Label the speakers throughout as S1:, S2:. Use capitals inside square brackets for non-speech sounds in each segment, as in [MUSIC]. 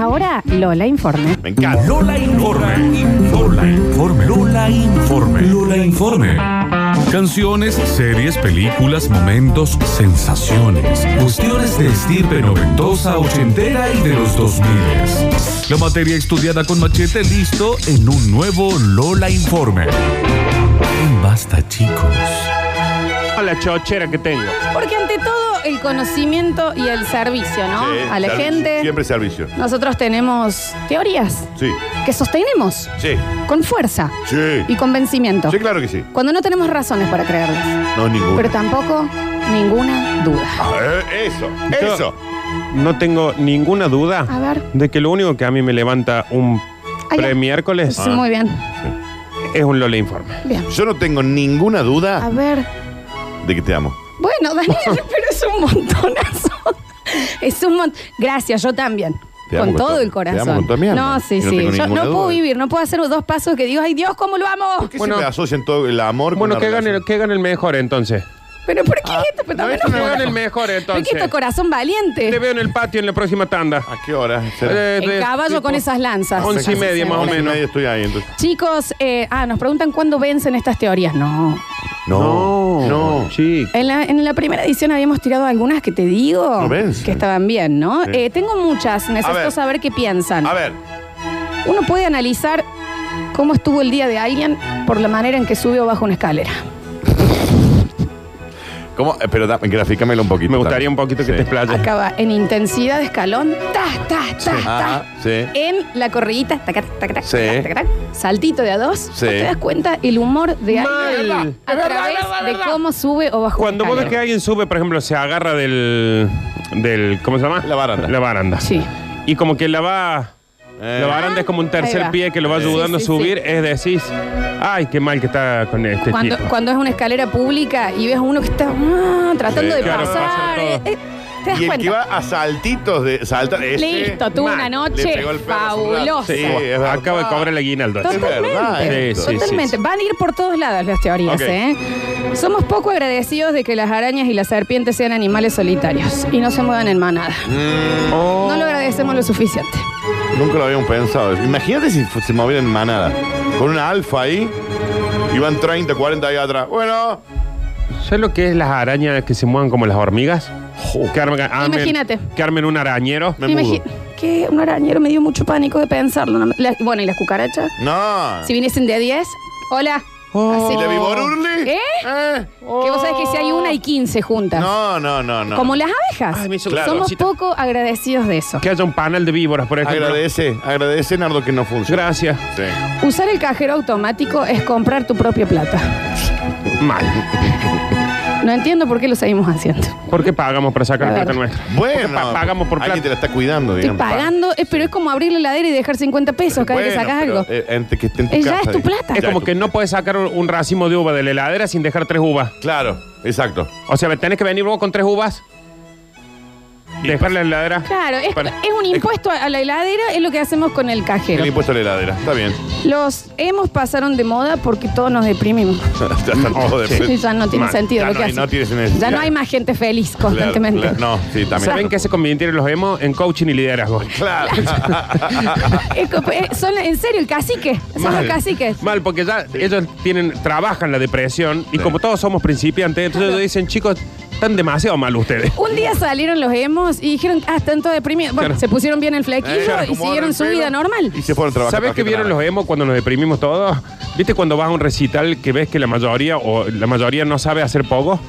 S1: Ahora Lola informe.
S2: Me encanta.
S3: Lola Informe. Lola Informe. Lola Informe. Lola Informe. Canciones, series, películas, momentos, sensaciones. Cuestiones de estirpe noventosa, ochentera y de los dos miles. La materia estudiada con machete listo en un nuevo Lola Informe. En Basta, chicos.
S2: A la chochera que tengo.
S1: Porque ante todo el conocimiento y el servicio, ¿no?
S2: Sí,
S1: Ah, A la
S2: servicio.
S1: gente.
S2: Siempre servicio.
S1: Nosotros tenemos teorías
S2: Sí.
S1: que sostenemos
S2: Sí.
S1: con fuerza
S2: Sí.
S1: y convencimiento.
S2: Sí, claro que sí.
S1: Cuando no tenemos razones para creerlas,
S2: No, ninguno.
S1: pero tampoco ninguna duda.
S2: A ver, eso.
S4: Yo-
S2: Eso.
S4: No tengo ninguna duda
S1: A ver.
S4: de que lo único que a mí me levanta un
S1: Ay, ya.
S4: premiércoles
S1: Sí, muy bien.
S4: es un Lola Informe.
S1: Bien.
S2: Yo no tengo ninguna
S1: A
S2: duda
S1: ver. Ah.
S2: de que te amo.
S1: Bueno, Daniel, [LAUGHS] pero es un montonazo. Es un montón. Gracias, yo también.
S2: Te
S1: con
S2: amo con
S1: todo
S2: todo-
S1: el corazón.
S2: te amo con toda mi alma.
S1: No, sí,
S2: Y no
S1: sí.
S2: tengo
S1: Yo
S2: ninguna
S1: no puedo
S2: duda.
S1: vivir, no puedo hacer dos pasos que digo, ay Dios, ¿cómo lo amo?
S2: ¿Qué
S4: Bueno.
S2: siempre asocian todo el amor
S4: Bueno,
S2: con la
S4: que gane,
S2: relación?
S4: que gane el mejor entonces.
S1: Pero ¿por qué esto? Pero
S2: no,
S1: también
S2: esto
S1: no
S4: Que
S2: no
S1: puedo.
S4: gane el mejor
S1: Pero que
S4: entonces.
S1: esto corazón
S4: Te
S1: valiente.
S4: veo en el patio en la próxima tanda.
S2: ¿A qué hora?
S4: Eh,
S1: este. En
S4: de-
S1: caballo
S4: tipo-
S1: con esas lanzas.
S4: once y
S1: Así
S4: media,
S1: se
S4: más o
S1: ve.
S2: Once y
S4: menos.
S2: media estoy ahí, entonces.
S1: Chicos, eh, ah, nos preguntan cuándo vencen estas teorías. No.
S2: No. No.
S4: Sí.
S1: En la, en la primera edición habíamos tirado algunas que te digo
S2: No vencen.
S1: que estaban bien, ¿no?
S2: Sí.
S1: Eh, tengo muchas, necesito
S2: ver.
S1: saber qué piensan.
S2: A ver.
S1: Uno puede analizar cómo estuvo el día de alguien por la manera en que subió bajo una escalera.
S2: ¿Cómo? Eh, Pero da- grafícamelo un poquito.
S4: Me gustaría un poquito que te
S2: explayes.
S4: explayes.
S1: Acaba en intensidad de escalón, tas, tas, tas,
S2: Ah,
S1: tas.
S2: sí.
S1: En la corridita, tacac, tacac,
S2: Sí.
S1: tacac, tacac, saltito de a dos,
S2: Sí.
S1: ¿no te das cuenta el humor de
S4: Mal.
S1: alguien a
S4: Es verdad,
S1: través
S4: es verdad, es
S1: de
S4: verdad.
S1: cómo sube o baja
S4: Cuando
S1: una
S4: vos ves que
S1: escalera?
S4: alguien sube, por ejemplo, se agarra del. del ¿Cómo se llama?
S2: La baranda.
S4: La baranda.
S1: Sí.
S4: Y como que la va.
S2: Eh.
S4: La baranda es como un
S1: Ahí va.
S4: tercer pie que lo va
S1: Sí,
S4: ayudando
S1: sí,
S4: a subir.
S1: sí.
S4: Es decir, ay, qué mal que está con este
S1: Cuando,
S4: tipo.
S1: cuando es una escalera pública y ves a uno que está ah, tratando
S2: Sí,
S1: de
S4: claro,
S1: pasar,
S4: pasa todo.
S1: eh, eh, te [LAUGHS] das
S2: Y el que
S1: cuenta.
S2: va a saltitos de. Salta, ese,
S1: Listo, tuvo
S2: mal,
S1: una noche
S2: le pegó el perro hace un rato.
S1: fabulosa.
S2: Sí, es verdad.
S4: Acaba de cobrar el aguinaldo.
S2: Es verdad
S1: Totalmente.
S2: esto.
S4: Sí, sí,
S1: Totalmente. Van a ir por todos lados las teorías,
S2: Ok.
S1: ¿eh? Somos poco agradecidos de que las arañas y las serpientes sean animales solitarios y no se muevan en manada.
S2: Mm.
S4: Oh.
S1: No lo agradecemos lo suficiente.
S2: Nunca lo habíamos pensado. Imagínate si fu- se movieran en manada. Con una alfa ahí. Iban 30, 40 ahí atrás. Bueno.
S4: ¿Sabes lo que es las arañas que se muevan como las hormigas? Que armen, armen-
S1: Imagínate.
S4: Que armen un arañero.
S2: Me mudo.
S1: Imagi- que un arañero me dio mucho pánico de pensarlo. No me- la- bueno, ¿y las cucarachas?
S2: No.
S1: Si viniesen de 10, hola.
S4: Oh.
S1: Así-
S2: Ah. ¿Y la viborurli?
S1: ¿Eh?
S2: ¿Eh?
S1: Que vos sabés que si hay una y 15 juntas.
S2: No, no, no, no.
S1: Como las abejas.
S4: Ay, me hizo
S2: Claro.
S1: Somos
S4: calorcita.
S1: poco agradecidos de eso.
S4: Que haya un panel de víboras, por ejemplo.
S2: Agradece, agradece, Nardo, que no funciona.
S4: Gracias.
S2: Sí.
S1: Usar el cajero automático es comprar tu propia plata.
S4: Mal.
S1: No entiendo por qué lo seguimos haciendo.
S4: ¿Por qué pagamos para sacar
S1: A ver.
S4: plata nuestra?
S2: Bueno.
S4: pa- pagamos por
S2: Alguien
S4: plata.
S2: te la está cuidando,
S1: Estoy
S2: digamos.
S1: pagando, eh, pero es como abrir la heladera y dejar 50 pesos cada vez que
S2: Bueno,
S1: sacas
S2: pero,
S1: algo.
S2: eh, antes que esté en tu
S1: Eh, ya
S2: casa,
S1: es tu
S2: digamos.
S1: plata.
S4: Es
S2: Ya
S4: como
S2: tu-
S4: que no puedes sacar un- un racimo de uva de la heladera sin dejar tres uvas.
S2: Claro, exacto.
S4: O sea, tenés que venir vos con tres uvas. Dejar la heladera.
S1: Claro, es,
S4: Para-
S1: es un impuesto a la heladera, es lo que hacemos con el
S2: El
S1: cajero.
S2: impuesto a la heladera. Está bien. [LAUGHS]
S1: Los hemos pasaron de moda porque todos nos deprimimos.
S2: ya están todos de
S1: Sí, [LAUGHS] ya no tiene
S4: Mal.
S1: sentido
S2: Ya
S1: lo
S2: no
S1: que
S2: hay-
S1: hacen.
S2: no tiene sentido.
S1: ya no hay más gente feliz constantemente.
S2: Claro, claro. No, sí, también.
S4: ¿Saben qué se convirtieron los emo? En coaching y liderazgo.
S2: [LAUGHS]
S1: [LAUGHS]
S2: Claro.
S1: [LAUGHS] Es como- eh, son, en serio, el cacique. Son los
S4: Mal.
S1: caciques.
S4: Mal, porque ya ellos tienen, trabajan la depresión y
S2: Sí.
S4: como todos somos principiantes, entonces
S1: Claro.
S4: dicen, chicos, están demasiado mal ustedes.
S1: Un día salieron los hemos y dijeron, ah, están todos deprimidos. Bueno,
S4: Claro.
S1: se pusieron bien el flequillo
S2: Eh, claro,
S1: y
S2: como
S1: siguieron
S2: el
S1: su
S2: pelo.
S1: vida normal.
S2: Y se fueron a trabajar.
S4: ¿Sabes qué vieron los emos cuando nos deprimimos todos? ¿Viste cuando vas a un recital que ves que la mayoría o la mayoría no sabe hacer poco?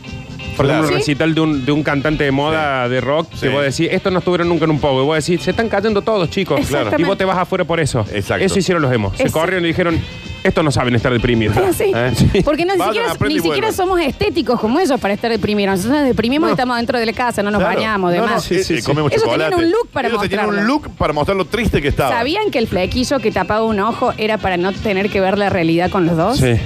S4: Por
S2: Claro.
S4: ejemplo,
S1: Sí.
S4: un recital de un, de un cantante de moda de rock
S2: Sí.
S4: que vos decís, estos no estuvieron nunca en un pogo. Y vos decís, se están cayendo todos, chicos.
S1: Exactamente.
S4: Y vos te vas afuera por eso.
S2: Exacto.
S4: Eso hicieron los emos. Se
S1: Exacto.
S4: corrieron y dijeron, estos no saben estar deprimidos.
S1: Es así.
S2: Eh,
S1: Porque no, ni
S2: Vayan,
S1: siquiera,
S2: aprende
S1: ni
S2: y
S1: siquiera
S2: vuelvan.
S1: somos estéticos como ellos para estar deprimidos. Nosotros nos deprimimos y estamos dentro de la casa, no nos bañamos, demás.
S2: sí, sí,
S4: sí.
S2: comemos
S1: Ellos
S2: chocolate.
S1: tenían un look para
S2: Ellos tenían
S1: mostrarlo.
S2: un look para mostrar lo triste que estaba.
S1: ¿Sabían que el flequillo que tapaba un ojo era para no tener que ver la realidad con los dos?
S4: Sí.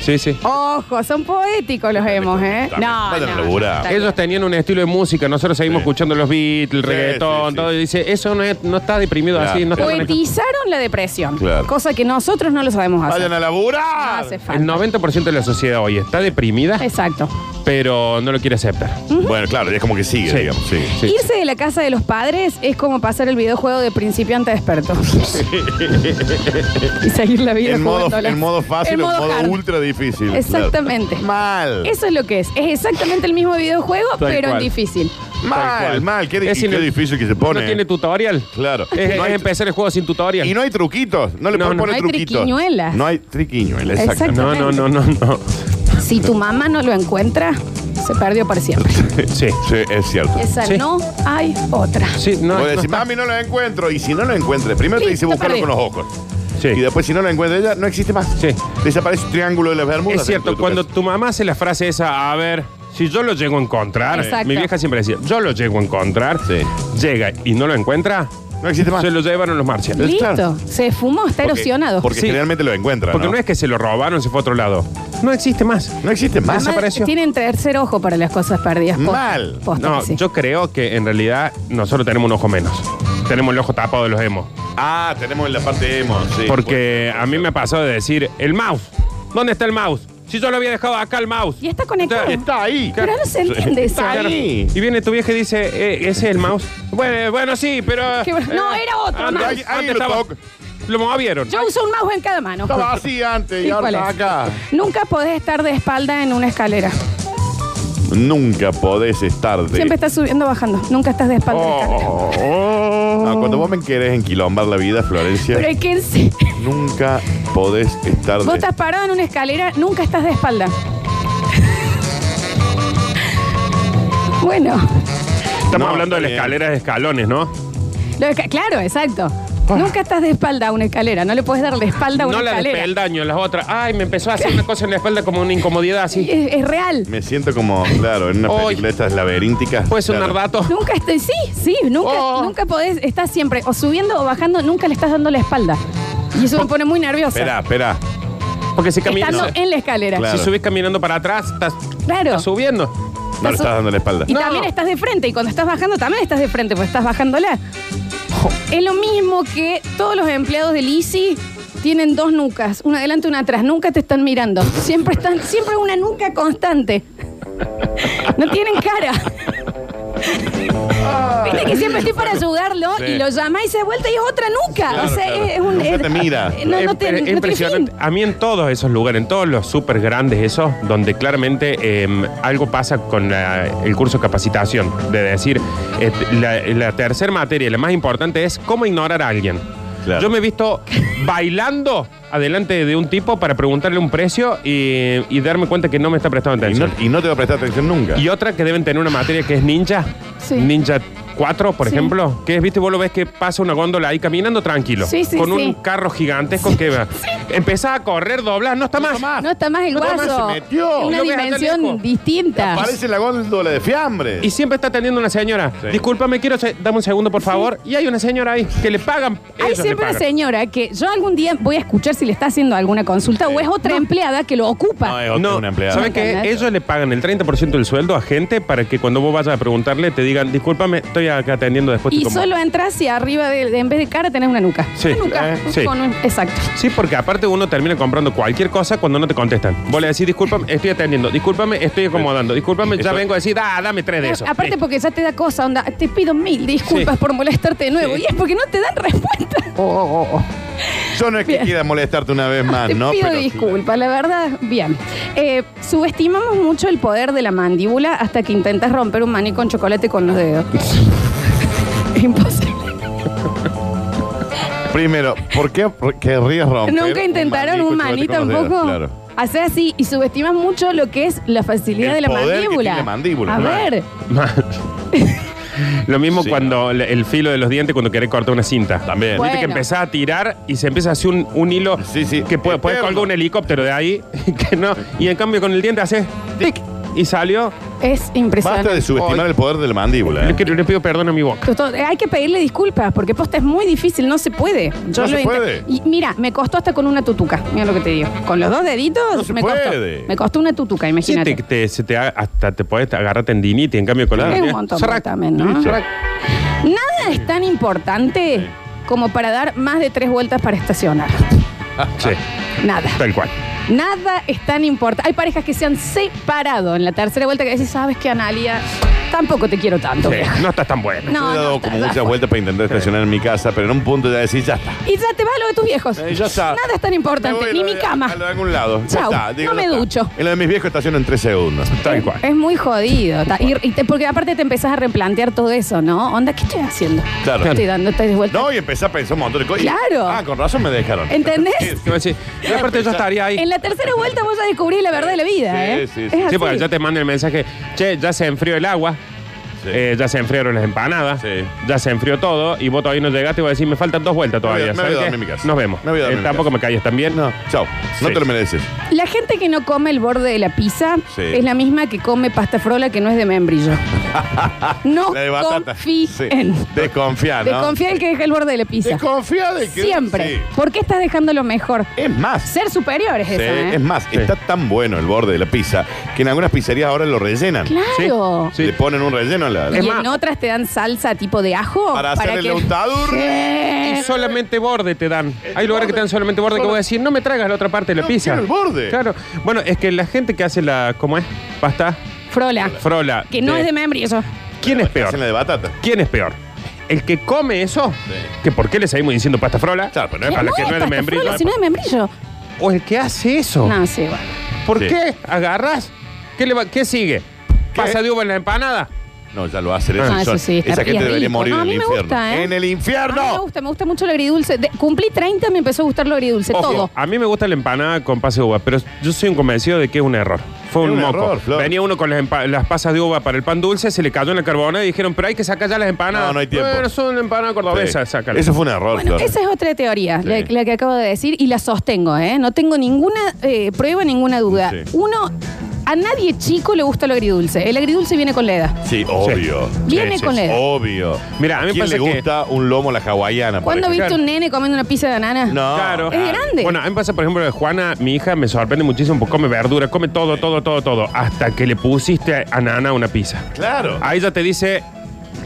S4: Sí, sí.
S1: Ojo, son poéticos los hemos, ¿eh?
S2: También.
S1: No,
S2: Vayan a
S1: no,
S2: laburar.
S1: no, está bien.
S4: Ellos tenían un estilo de música, nosotros seguimos
S2: Sí.
S4: escuchando los beats, el
S2: Sí,
S4: reggaetón,
S2: sí, sí.
S4: todo. Y dice, eso no, es- no está deprimido
S2: Claro.
S4: así, no está conectado.
S1: Poetizaron la depresión,
S2: Claro.
S1: cosa que nosotros no lo sabemos hacer.
S2: Vayan a
S1: No
S2: laburar.
S1: hace falta.
S4: El 90% de la sociedad hoy está deprimida,
S1: Exacto.
S4: pero no lo quiere aceptar.
S2: Bueno, claro, es como que sigue,
S4: Sí.
S2: digamos. Sí.
S4: Sí.
S1: Irse de la casa de los padres es como pasar el videojuego de principiante a experto. [LAUGHS] y seguir la vida
S2: En, modo,
S1: jugándola.
S2: en modo fácil
S1: En
S2: o en modo
S1: hard.
S2: ultra difícil.
S1: Exactamente.
S2: Claro. Mal.
S1: Eso es lo que es. Es exactamente el mismo videojuego,
S4: Tal
S1: pero
S4: cual.
S1: en difícil.
S4: Tal
S2: mal,
S4: cual.
S2: mal. Qué, di-
S4: Es
S2: y qué
S4: sin-
S2: difícil que se pone.
S4: No tiene tutorial.
S2: Claro.
S4: Es,
S2: No
S4: es
S2: hay-
S4: empezar el juego sin tutorial.
S2: Y no hay truquitos. No le
S4: No,
S2: puedes
S4: no.
S2: poner
S1: No hay
S2: truquitos.
S1: triquiñuelas.
S2: No hay triquiñuelas,
S1: Exacto.
S2: exactamente.
S4: no, no, no, no, no.
S1: Si tu mamá no lo encuentra, se perdió para siempre.
S4: Sí.
S2: [LAUGHS] Sí, es cierto.
S1: Esa
S4: Sí.
S1: no hay otra.
S4: Sí, no,
S2: Voy a
S4: no
S2: decir,
S4: está.
S2: mami, no lo encuentro. Y si no lo encuentres, primero te
S1: Sí,
S2: dice
S1: está
S2: buscarlo con los
S1: perdido.
S2: ojos.
S4: Sí.
S2: Y después, si no lo encuentra ella, no existe más.
S4: Sí.
S2: Desaparece el triángulo de las Bermudas.
S4: Es cierto,
S2: dentro de tu
S4: cuando tu mamá hace la frase esa, a ver, si yo lo llego a encontrar,
S1: Exacto.
S4: mi vieja siempre decía, yo lo llego a encontrar,
S2: Sí.
S4: llega y no lo encuentra,
S2: casa. No existe más.
S4: se lo llevaron los marcianos.
S2: Es
S1: Listo.
S2: claro.
S1: Se fumó, está
S2: Porque-
S1: erosionado.
S2: Porque
S4: Sí.
S2: generalmente lo encuentran.
S4: Porque
S2: ¿no?
S4: no es que se lo robaron, se fue a otro lado. No existe más.
S2: No existe más.
S1: Mamá
S4: desapareció.
S1: Tienen tercer ojo para las cosas perdidas. Posta-
S2: Mal.
S1: posta
S4: No,
S1: que sí.
S4: yo creo que en realidad nosotros tenemos un ojo menos. Tenemos el ojo tapado de los emos.
S2: Ah, tenemos en la parte emo. Sí,
S4: pues, Porque a mí me ha pasado de decir, el mouse, ¿dónde está el mouse? Si yo lo había dejado acá el mouse.
S1: Y está conectado.
S2: Está ahí.
S1: Pero no
S2: [LAUGHS]
S1: se entiende eso.
S2: Está ahí.
S4: Y viene tu vieja y dice, eh, ese es el mouse. Bueno, eh, bueno sí, pero... eh, ah,
S1: Qué bueno. No, era otro
S4: antes-
S1: mouse.
S2: Alguien- alguien lo
S4: antes estaba-
S2: tocó.
S4: Lo movieron.
S1: Yo uso un mouse en cada mano.
S2: Estaba así antes y
S1: ¿Y
S2: ahora
S1: cuál
S2: está
S1: es?
S2: acá.
S1: Nunca podés estar de espalda en una escalera.
S2: Nunca podés estar de.
S1: Siempre estás subiendo, bajando. Nunca estás de espalda en la escalera.
S4: Oh,
S2: Ah, cuando vos me querés enquilombar la vida, Florencia,
S1: Pero es que en sí-
S2: nunca podés estar
S1: vos
S2: de.
S1: estás parado en una escalera, nunca estás de espalda. [LAUGHS] bueno,
S4: Estamos
S2: No,
S4: hablando de la
S2: está bien.
S4: escalera de escalones, ¿no?
S1: lo de ca- claro, exacto. Nunca estás de espalda a una escalera. No le puedes dar la espalda a una
S4: Ah. No la de
S1: escalera.
S4: peldaño, las otras. Ay, me empezó a hacer una cosa en la espalda como una incomodidad así.
S1: Es, es real.
S2: Me siento como, claro, en una
S4: Hoy.
S2: película de estas laberínticas.
S4: Puede ser un
S2: Claro.
S4: ardato.
S1: Nunca estoy, sí, sí, nunca,
S4: Oh.
S1: nunca podés, estás siempre o subiendo o bajando, nunca le estás dando la espalda. Y eso me
S4: Oh.
S1: pone muy nerviosa.
S2: Esperá, esperá.
S4: Porque si caminas.
S1: Estando en la escalera.
S2: Claro.
S4: Si subís caminando para atrás, estás,
S1: Claro.
S4: estás subiendo.
S2: No le estás dando la espalda.
S1: Y
S4: No.
S1: también estás de frente, y cuando estás bajando también estás de frente, porque estás
S4: [LAUGHS]
S1: bajándola. Es lo mismo que todos los empleados del ICI tienen dos nucas, una adelante y una atrás, nunca te están mirando. Siempre están, siempre una nuca constante. [LAUGHS] No tienen cara.
S4: Ah.
S1: Viste que siempre estoy para ayudarlo
S2: Sí.
S1: y lo llama y se vuelta y es otra nuca.
S2: Claro,
S1: o sea,
S2: claro.
S1: es, es un.
S2: Nunca
S1: es-
S2: te mira.
S1: No, no
S4: Es-
S1: te,
S4: es
S1: no tiene
S4: impresionante.
S1: fin.
S4: A mí en todos esos lugares, en todos los súper grandes esos, donde claramente em, algo pasa con la- el curso de capacitación. De decir, et- la, la tercera materia, la más importante, es cómo ignorar a alguien.
S2: Claro.
S4: Yo me he visto bailando adelante de un tipo para preguntarle un precio y, y darme cuenta que no me está prestando
S2: Y
S4: atención.
S2: no, y no te va a prestar atención nunca.
S4: Y, otra que deben tener una materia que es ninja.
S1: Sí.
S4: Ninja 4, por
S1: Sí.
S4: ejemplo. Que es, viste, vos lo ves que pasa una góndola ahí caminando tranquilo.
S1: Sí, sí,
S4: con un
S1: sí.
S4: carro
S1: [LAUGHS]
S4: gigantesco que va. Empezás a correr, doblas, no está más.
S1: No está más el
S2: No está más,
S1: guaso.
S2: se metió.
S1: Es
S4: Lo
S1: Una
S4: ves allá lejos.
S1: dimensión distinta.
S2: Parece la góndola de fiambre.
S4: Y siempre está atendiendo una señora.
S2: Sí.
S4: Discúlpame, quiero. se- Dame un segundo, por favor. Y hay una señora ahí que le pagan.
S1: Hay
S4: ellos le
S1: siempre una
S4: pagan.
S1: señora que yo algún día voy a escuchar si le está haciendo alguna consulta o es otra empleada que lo ocupa.
S2: No, es otra-
S4: No,
S2: una empleada.
S4: ¿saben qué?
S1: ¿Entendés?
S4: Ellos le pagan el 30% del sueldo a gente para que cuando vos vayas a preguntarle te digan, discúlpame, estoy acá atendiendo después. te
S1: y
S4: como-".
S1: solo entras y arriba, de, de- en vez de cara, tenés una nuca.
S4: Sí,
S1: Una nuca.
S4: eh, sí.
S1: con un- exacto.
S4: Sí, porque aparte uno termina comprando cualquier cosa cuando no te contestan. Vos le decís, discúlpame, estoy atendiendo, discúlpame, estoy acomodando, discúlpame, ya
S2: Eso-
S4: vengo a decir, ah, dame tres de eso.
S1: Aparte porque ya te da cosa, onda, te pido mil disculpas
S4: Sí.
S1: por molestarte de nuevo.
S4: Sí. Oh,
S1: Y es porque no te dan respuesta.
S2: Yo no es que
S1: Bien.
S2: quiera molestarte una vez más,
S4: Ah,
S1: te
S2: ¿no?
S1: pido
S2: Pero-
S1: disculpas, la verdad, bien. Eh, subestimamos mucho el poder de la mandíbula hasta que intentas romper un maní con chocolate con los
S4: [LAUGHS]
S1: dedos. [LAUGHS] Imposible.
S2: Primero, ¿por qué r- querrías romper?
S1: Nunca intentaron un maní
S2: manito
S1: tampoco. Hacer así y subestimas mucho lo que es la facilidad
S2: El
S1: de la
S2: poder que
S1: mandíbula.
S2: tiene la mandíbula,
S1: A
S2: ¿no?
S1: ver,
S4: [LAUGHS] Lo mismo
S2: Sí,
S4: cuando el- el filo de los dientes cuando querés cortar una cinta.
S2: También.
S4: Viste que
S1: Bueno.
S4: empezás a tirar y se empieza a hacer un, un hilo
S2: Sí, sí,
S4: que puede, puedes
S2: eterno.
S4: colgar un helicóptero de ahí [LAUGHS] que no, y en cambio con el diente haces tic y salió.
S1: es
S2: Basta de
S1: impresionante.
S2: subestimar el poder de la mandíbula.
S4: Le,
S2: ¿eh?
S4: quiero- le pido perdón a mi boca.
S1: Esto- eh, Hay que pedirle disculpas porque posta es muy difícil, no se puede.
S2: No se
S1: int-
S2: puede.
S1: Y mira, me costó hasta con una tutuca. Mira lo que te digo. Con los dos deditos
S2: No se
S1: me costó.
S2: puede.
S1: Me costó una tutuca,
S4: Sí,
S1: imagínate.
S4: te, te- se te ha- hasta te podés agarrar tendinite en cambio con la
S1: Es un montón
S4: Sarrac.
S1: también, ¿no? Nada es tan importante como para dar más de tres vueltas para estacionar.
S4: Sí,
S1: Nada.
S4: tal cual.
S1: Nada es tan importante. Hay parejas que se han separado en la tercera vuelta que decís, sabes que Analia, tampoco te quiero tanto.
S4: Sí,
S1: vieja".
S4: no estás tan buena.
S1: No,
S2: Yo he dado
S1: no está,
S2: como
S1: ya
S2: muchas
S1: fue.
S2: vueltas para intentar estacionar en mi casa, pero en un punto ya decís, ya está.
S1: Y ya te vas a lo de tus viejos.
S2: Eh, ya está.
S1: Nada es tan importante.
S2: Me voy
S1: Ni
S2: a-
S1: mi
S2: A,
S1: cama.
S2: lo de algún lado. Ya
S1: Chau,
S2: está, digo,
S1: no
S2: ya
S1: me
S2: está.
S1: ducho.
S2: En lo de mis viejos estaciono en tres segundos.
S4: Tal cual.
S1: Es muy jodido. ta- y- y te- porque aparte te empezás a replantear todo eso, ¿no? Onda, ¿qué estoy haciendo?
S2: Claro.
S1: Estoy dando esta vuelta.
S2: No, y empecé a pensar un montón de cosas.
S1: Claro.
S2: Ah, con razón me dejaron.
S1: ¿Entendés?
S4: ¿Qué va a decir? Y aparte yo estaría ahí.
S1: En la tercera vuelta vos ya descubrís la verdad de la vida,
S2: Sí,
S1: ¿eh?
S2: sí, sí.
S1: Es
S4: Sí,
S1: así.
S4: porque ya te manda el mensaje, che, ya se enfrió el agua,
S2: Sí.
S4: eh, ya se enfriaron las empanadas,
S2: Sí.
S4: ya se enfrió todo, y vos todavía no llegaste y vas a decir, me faltan dos vueltas todavía.
S2: Me voy- me voy a
S4: ¿sabes
S2: dormir
S4: qué?
S2: en mi casa.
S4: Nos vemos. Eh,
S2: Me voy a dormir en mi
S4: tampoco
S2: casa.
S4: me calles también.
S2: No, chao. No
S4: Sí.
S2: te lo mereces.
S1: La gente que no come el borde de la pizza
S2: Sí.
S1: es la misma que come pasta frola que no es de
S2: [LAUGHS]
S1: membrillo. no
S2: La de batata.
S1: confíen.
S2: Sí. Desconfía, Ah, ¿no?
S1: Desconfía el que deja el borde de la pizza.
S2: Desconfía de que.
S1: Siempre.
S2: Sí.
S1: ¿Por qué estás dejando lo mejor?
S2: Es más.
S1: Ser superior es
S2: sí,
S1: eso, ¿eh?
S2: Es más, está tan bueno el borde de la pizza que en algunas pizzerías ahora lo rellenan.
S1: Claro.
S4: Sí.
S2: Le ponen un relleno a la.
S1: Y
S4: Es
S1: en
S4: más-
S1: otras te dan salsa tipo de ajo.
S2: para hacer el untador.
S1: Eh,
S4: Y solamente borde te dan. Hay
S2: borde.
S4: lugares que te dan solamente borde que
S2: Solo-
S4: voy a decir, no me traigas la otra parte de la
S2: No,
S4: pizza.
S2: quiero el borde.
S4: Claro. Bueno, es que la gente que hace la, ¿cómo es? Pasta
S1: Frola.
S4: frola.
S1: Que no es de membrillo.
S4: ¿Quién es peor?
S2: Hacen la de batata.
S4: ¿Quién es peor? ¿El que come eso? ¿Que por qué le seguimos diciendo pasta frola?
S2: Claro, pero no es
S4: a la
S2: para
S4: que no es de
S1: pasta
S4: membrillo. eh, Oh.
S1: frola, si no es de membrillo.
S4: ¿O el que hace eso?
S1: No, sí, bueno.
S4: ¿Por
S2: Sí.
S4: qué agarras? ¿Qué, le va- qué sigue? ¿Pasa de uva en la empanada?
S2: No, ya lo hacen.
S1: Ah,
S2: Eso,
S1: eso
S2: son-
S1: sí, está
S2: esa
S1: bien
S2: gente debería
S1: rico.
S2: morir
S1: No, a
S2: en
S1: mí
S2: el
S1: me
S2: infierno.
S1: gusta, ¿eh?
S2: ¡En el
S1: A mí me
S2: infierno!
S1: gusta, me gusta mucho el agridulce. De- cumplí 30 me empezó a gustar lo agridulce,
S4: Ojo,
S1: todo.
S4: A mí me gusta la empanada con pasas de uva, pero yo soy un convencido de que es un error. Fue
S2: Es
S4: un,
S2: un
S4: moco.
S2: error, Flor.
S4: Venía uno con las, empa- las pasas de uva para el pan dulce, se le cayó en la carbona y dijeron, pero hay que sacar ya las empanadas.
S2: No, no hay tiempo.
S4: Bueno, son empanadas
S2: Sí.
S4: cordobesas, sácalas.
S2: Eso fue un error,
S1: Bueno,
S2: Flor.
S1: esa es otra teoría, la,
S2: Sí.
S1: la que acabo de decir, y la sostengo, ¿eh? No tengo ninguna eh, prueba, ninguna duda.
S2: Sí.
S1: Uno, a nadie chico le gusta lo agridulce. El agridulce viene con la edad.
S2: Sí, obvio.
S1: Viene
S4: Sí,
S1: con
S4: sí,
S1: la edad.
S2: Obvio.
S4: Mira, a mí me
S2: ¿Quién
S4: pasa
S2: le
S4: que-
S2: gusta un lomo a la hawaiana? por
S1: ¿Cuándo
S2: ejemplo?
S1: viste un nene comiendo una pizza de banana?
S2: No. Ah,
S4: Claro.
S1: Es grande.
S4: Bueno, a mí me pasa, por ejemplo, Juana, mi hija, me sorprende muchísimo porque come verdura, come todo, todo, todo, todo. Hasta que le pusiste a Nana una pizza.
S2: Claro.
S4: Ahí ya te dice,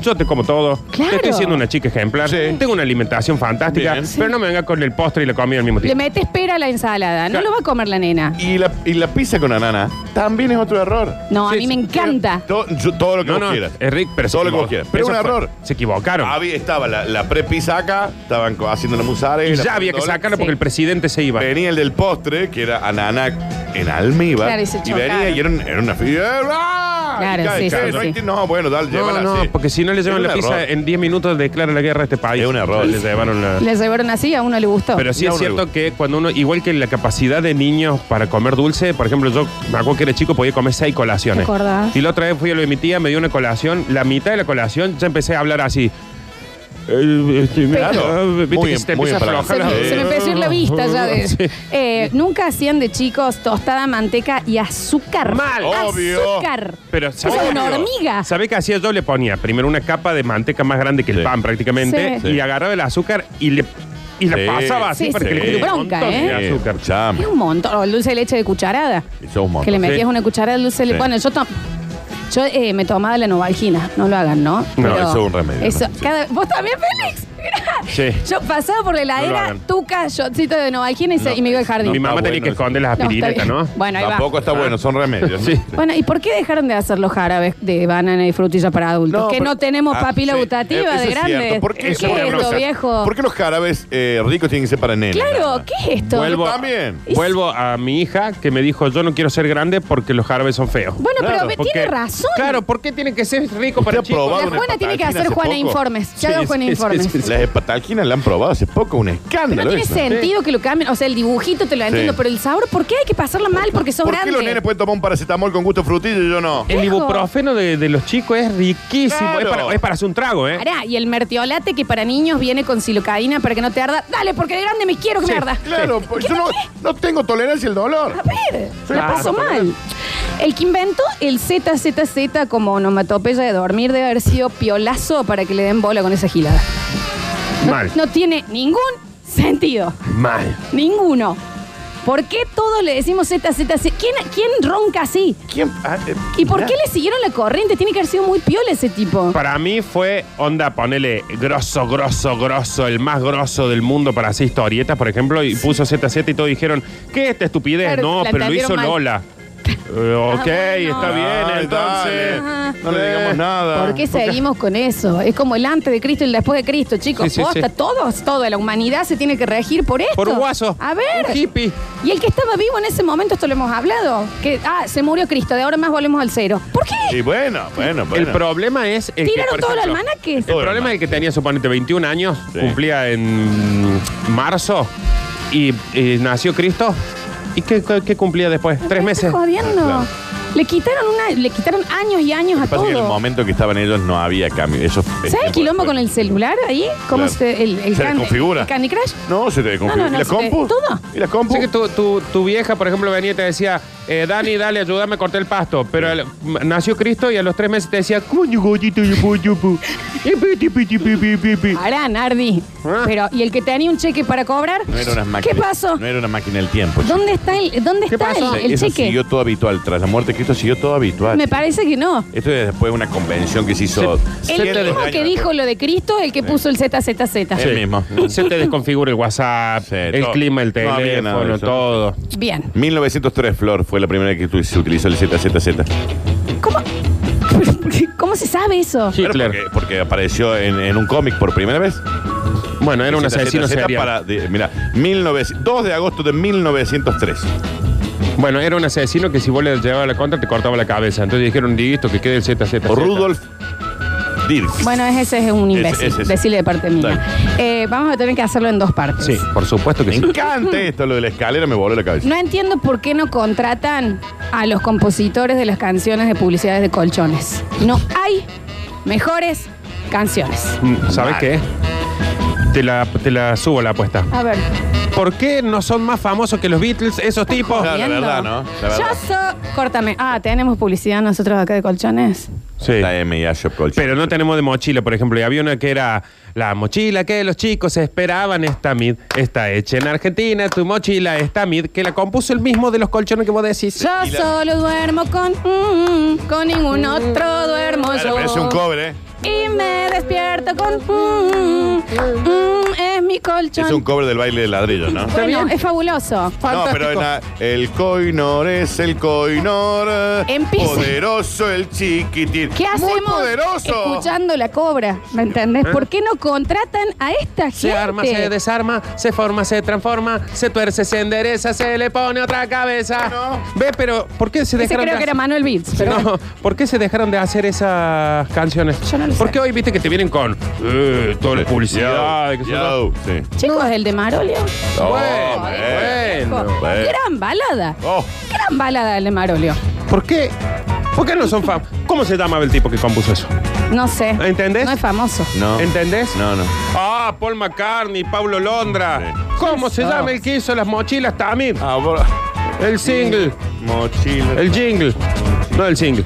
S4: yo te como todo.
S1: Claro.
S4: Te estoy siendo una chica ejemplar.
S2: Sí.
S4: Tengo una alimentación fantástica.
S2: Bien.
S4: Pero no me venga con el postre y la comida al mismo
S1: Le
S4: tiempo.
S1: metes pera a la ensalada. No
S4: Claro.
S1: lo va a comer la nena.
S2: Y la, y la pizza con anana también es otro error.
S1: No, a
S4: Sí,
S1: mí me
S4: sí,
S1: encanta.
S2: To- yo- todo lo que
S4: No,
S2: vos
S4: no,
S2: quieras.
S4: es Rick, pero se
S2: Todo lo que
S4: equivocó.
S2: vos quieras. Pero
S4: Eso
S2: un
S4: fue-
S2: error. Ah,
S4: Se equivocaron.
S2: Había- estaba la, la pre-pizza acá, estaban co- haciendo la musare.
S4: Y ya había que sacarlo porque
S1: Sí.
S4: el presidente se iba.
S2: Venía el del postre, que era anana en almíbar.
S1: Claro, y se chocaron.
S2: venía y era, un- era una fibra.
S1: Claro, sí, sí,
S2: no,
S1: sí.
S2: enti- no, bueno, dale,
S4: No,
S2: llévala.
S4: no,
S2: sí.
S4: porque si no le llevan
S2: Es un
S4: la pizza,
S2: error.
S4: en 10 minutos declara la guerra a este país.
S2: Es un error.
S4: Le llevaron la...
S1: Le llevaron así, a uno le gustó.
S4: Pero sí
S2: Ya
S4: es
S2: uno le
S4: cierto que cuando uno, igual que la capacidad de niños para comer dulce, por ejemplo, yo me acuerdo que era chico, podía comer seis colaciones.
S1: ¿Te acordás?
S4: Y la otra vez fui a lo de mi tía, me dio una colación, la mitad de la colación ya empecé a hablar así. Eh, este, mira,
S2: Claro.
S4: ah, viste
S2: Muy
S4: que
S2: em-
S4: se te
S2: muy
S4: empieza a
S2: empalagante.
S1: Se
S4: aflojar
S1: me,
S4: la-
S1: se me empezó a ir la vista ya de
S4: Sí.
S1: Eh, Nunca hacían de chicos tostada, manteca y azúcar.
S4: Mal.
S2: Obvio.
S1: Azúcar.
S4: Pero
S1: Esa es
S4: ¿sabés-
S1: una
S2: Obvio.
S1: hormiga.
S4: ¿Sabés qué hacía yo? Le ponía primero una capa de manteca más grande que el
S2: Sí.
S4: pan prácticamente
S1: Sí.
S4: y agarraba el azúcar y le y la
S2: Sí.
S4: pasaba así
S1: Sí,
S4: para
S1: sí.
S4: que le quede un
S1: Bronca,
S4: montón de
S1: ¿eh?
S2: Sí,
S4: azúcar.
S2: escuchame,
S1: Es un montón. O el dulce de leche de cucharada.
S2: eso es un montón.
S1: Que le metías
S4: Sí.
S1: una cucharada de dulce de leche.
S2: Sí.
S1: Bueno, yo to- Yo eh, me tomaba la novalgina, no lo hagan, ¿no? Pero
S2: eso es un remedio,
S1: eso-
S2: ¿no? Sí.
S1: cada- ¿Vos también, Félix?
S4: Sí.
S1: Yo pasaba por la heladera,
S4: hagan.
S1: tuca, shotcito de novalgina y, se-
S2: No,
S1: y me iba al jardín.
S4: Mi
S2: No,
S4: mamá
S2: está
S4: tenía
S2: bueno
S4: que
S2: eso.
S4: esconder las
S1: No, está
S4: aspirinetas,
S1: bien.
S4: ¿no?
S1: Bueno, ahí va.
S2: Tampoco está bueno, son remedios. ¿no?
S4: Ah. Sí.
S1: Bueno, ¿y por qué dejaron de hacer los árabes de banana y frutilla para adultos?
S2: No,
S1: que
S2: pero-
S1: no tenemos
S2: Ah,
S1: papila
S2: sí. Eh,
S1: gustativa
S2: eso
S1: de
S2: es cierto.
S1: grande.
S2: ¿Por qué,
S1: es
S2: eso es una
S1: esto,
S2: bronca.
S1: viejo?
S2: ¿Por qué los árabes eh, ricos tienen que ser para nenes?
S1: Claro, ¿qué es esto?
S4: Vuelvo,
S2: también.
S1: Y-
S4: vuelvo a mi hija que me dijo, yo no quiero ser grande porque los árabes son feos.
S1: Bueno,
S2: Claro,
S1: pero
S4: Porque-
S1: tiene razón.
S4: Claro, ¿por qué tiene que ser rico para
S2: ¿Usted ha
S4: chicos?
S2: probado
S1: La
S2: una
S1: Juana tiene que
S2: patalquina
S1: hacer
S2: hace
S1: Juana
S2: poco?
S1: Informes. Ya
S4: Sí,
S1: hago Juana
S4: sí, sí,
S1: Informes.
S4: sí, sí.
S2: Las hepatalquinas la han probado hace poco, un
S1: Pero
S2: escándalo.
S1: no tiene
S2: eso.
S1: sentido que lo cambien. O sea, el dibujito te lo entiendo,
S2: Sí.
S1: pero el sabor, ¿por qué hay que pasarla mal? Porque sos
S2: ¿Por qué
S1: grande. Eh,
S2: los nenes pueden tomar un paracetamol con gusto frutillo y yo no?
S4: El
S1: Viejo.
S4: ibuprofeno de, de los chicos es riquísimo.
S2: Claro.
S4: Es, para, es para hacer un trago, ¿eh?
S1: Pará, y el mertiolate que para niños viene con silocaína para que no te arda. Dale, porque de grande me quiero que me
S4: Sí,
S1: arda.
S2: Claro, pues yo no, no tengo tolerancia al dolor.
S1: A ver, la
S4: Claro.
S1: paso mal. El que inventó el ZZZ como onomatopeya de dormir debe haber sido piolazo para que le den bola con esa gilada.
S4: Mal.
S1: No tiene ningún sentido.
S4: Mal.
S1: Ninguno. ¿Por qué todos le decimos Z, Z, Z? ¿Quién, quién ronca así?
S2: ¿Quién? Ah, eh,
S1: ¿Y por
S2: mirá.
S1: qué le siguieron la corriente? Tiene que haber sido muy piola ese tipo.
S4: Para mí fue onda, ponele grosso, grosso, grosso, el más grosso del mundo para hacer historietas, por ejemplo, y puso ZZ y todos dijeron, ¿qué es esta estupidez?
S1: Claro,
S4: no,
S1: la
S4: pero lo hizo
S1: entendieron mal. [LAUGHS] Ah,
S4: Lola. Eh, ok,
S1: bueno.
S4: está bien,
S2: Ay, dale.
S4: entonces.
S2: No le digamos nada.
S1: ¿Por qué seguimos con eso? Es como el antes de Cristo y el después de Cristo, chicos.
S4: Sí, sí,
S1: Posta,
S4: sí.
S1: todos, toda la humanidad se tiene que regir por esto.
S4: Por un guaso.
S1: A
S4: Un
S1: ver.
S4: hippie.
S1: Y el que estaba vivo en ese momento, esto lo hemos hablado. Que, ah, se murió Cristo, de ahora más volvemos al cero. ¿Por qué?
S2: Y bueno, bueno, bueno.
S4: El problema es. el que,
S1: Tiraron
S4: por
S1: todo el
S4: ejemplo,
S1: almanaque.
S4: El
S2: Todo el
S4: problema es el que tenía, suponete, 21 años,
S2: Sí.
S4: cumplía en marzo y, y nació Cristo. ¿Y qué, qué- qué cumplía después? ¿Tres
S1: Me estás
S4: meses?
S1: jodiendo.
S2: Ah, Claro.
S1: Le quitaron una, le quitaron años y años a
S2: Lo que pasa
S1: todo.
S2: es que en el momento que estaban ellos no había cambio. Eso,
S1: ¿Sabes el quilombo con el celular ahí? ¿Cómo
S2: Claro.
S1: se, el, el
S2: Se
S1: gran-
S2: desconfigura.
S1: el Candy Crush?
S2: No, se te desconfiguró.
S1: No, no, no,
S2: ¿Y las
S1: se te-
S2: compu?
S1: todo.
S2: ¿Y las compu?
S4: Sé que tu, tu- tu vieja, por ejemplo, venía y te decía, eh, Dani, dale, ayúdame a cortar el pasto. Pero al- m- nació Cristo y a los tres meses te decía, "Coño, gollito, yupu, yupu". Y pi, ti, pi, ti, pi, pi, pi, pi.
S1: Pará, Nardi.
S4: Ah.
S1: Pero, ¿y el que tenía un cheque para cobrar?
S2: No era una máquina.
S1: ¿Qué pasó?
S2: No era una máquina del tiempo. chico.
S1: ¿Dónde está el, dónde
S4: ¿Qué
S1: está
S4: pasó?
S1: el, el
S2: Eso
S1: cheque?
S2: siguió todo habitual. Tras la muerte de Cristo siguió todo habitual.
S1: Me parece que no.
S2: Esto es después de una convención que se hizo.
S1: El
S2: siete
S1: mismo
S2: años
S1: que
S2: después.
S1: dijo lo de Cristo, el que puso el ZZZ.
S2: Sí. El mismo.
S1: [LAUGHS]
S4: Se te desconfigura el WhatsApp,
S2: Sí,
S4: el
S2: todo.
S4: clima, el
S2: No había nada de
S4: teléfono,
S2: eso.
S4: todo.
S1: Bien.
S2: 1903, Flor, fue la primera vez que tu- se utilizó el ZZZ.
S1: ¿Cómo, [LAUGHS] ¿Cómo se sabe eso?
S2: Claro,
S4: Hitler.
S2: Porque, porque apareció en, en un cómic por primera vez.
S4: Bueno, era un
S2: ZZZ
S4: asesino serial.
S2: Para, de- mira, 1900 2 de agosto de 1903.
S4: Bueno, era un asesino que si vos le llevabas la contra te cortaba la cabeza. Entonces dijeron, listo, que quede el ZZ.
S2: Rudolf Dirk.
S1: Bueno, ese es un
S2: Ese-
S1: imbécil.
S2: ese es.
S1: Decirle de parte mía. Eh, vamos a tener que hacerlo en dos partes.
S4: Sí, por supuesto que
S2: Me
S4: sí.
S2: encanta esto, lo de la escalera me voló la cabeza.
S1: No entiendo por qué no contratan a los compositores de las canciones de publicidades de colchones. No hay mejores canciones.
S4: Mm, ¿Sabes
S2: Mal.
S4: qué? Te la, te la subo la apuesta.
S1: A ver.
S4: ¿Por qué no son más famosos que los Beatles esos tipos?
S2: Claro, la
S1: viendo.
S2: verdad, ¿no? La verdad.
S1: Yo so- Córtame. Ah, ¿tenemos publicidad nosotros acá de colchones?
S4: Sí.
S2: La M y A Shop Colchón.
S4: Pero no tenemos de mochila, por ejemplo. Y había una que era la mochila que los chicos esperaban esta mid. Está hecha en Argentina, tu mochila está mid, que la compuso el mismo de los colchones que vos decís.
S1: Yo
S2: Y la-
S1: solo duermo con... mm, mm, con ningún otro duermo
S2: Claro,
S1: yo.
S2: pero es Ah, un cobre, ¿eh?
S1: Y me despierto con... mm, mm, es mi colchón.
S2: Es un cobre del baile de ladrillo, ¿no?
S4: ¿Está
S1: bueno,
S4: bien?
S1: es fabuloso.
S2: No,
S4: Fantástico.
S2: pero es la- el coinor es el coinor. eh,
S1: Empieza.
S2: Poderoso el chiquitín.
S1: ¿Qué hacemos
S2: Muy poderoso.
S1: escuchando la cobra? ¿Me entendés? ¿Por qué no contratan a esta gente?
S4: Se arma, se desarma, se forma, se transforma, se tuerce, se endereza, se le pone otra cabeza.
S2: No.
S4: Ve, pero ¿por qué se
S1: Ese
S4: dejaron
S1: creo
S4: de
S1: que era
S4: hacer-
S1: Manuel Beats, pero bueno.
S4: No, ¿por qué se dejaron de hacer esas canciones?
S1: Yo no lo sé.
S4: Porque hoy viste que te vienen con eh, toda la publicidad.
S2: Yo,
S4: que son-
S2: yo, sí.
S1: Chicos, el de Marolio.
S2: Oh,
S4: Bueno,
S2: bueno,
S4: bueno.
S2: bueno.
S1: Gran balada.
S2: Oh,
S1: Gran balada el de Marolio.
S4: ¿Por qué? ¿Por qué no son fam... ¿Cómo se llama el tipo que compuso eso?
S1: No sé.
S4: ¿Entendés?
S1: No es famoso.
S2: no.
S4: ¿Entendés?
S2: No, no.
S4: Ah, Paul McCartney, Pablo Londra. ¿Cómo se llama el que hizo las mochilas también?
S2: Ah, bro.
S4: El single.
S2: Mochila.
S4: El jingle. No, el single.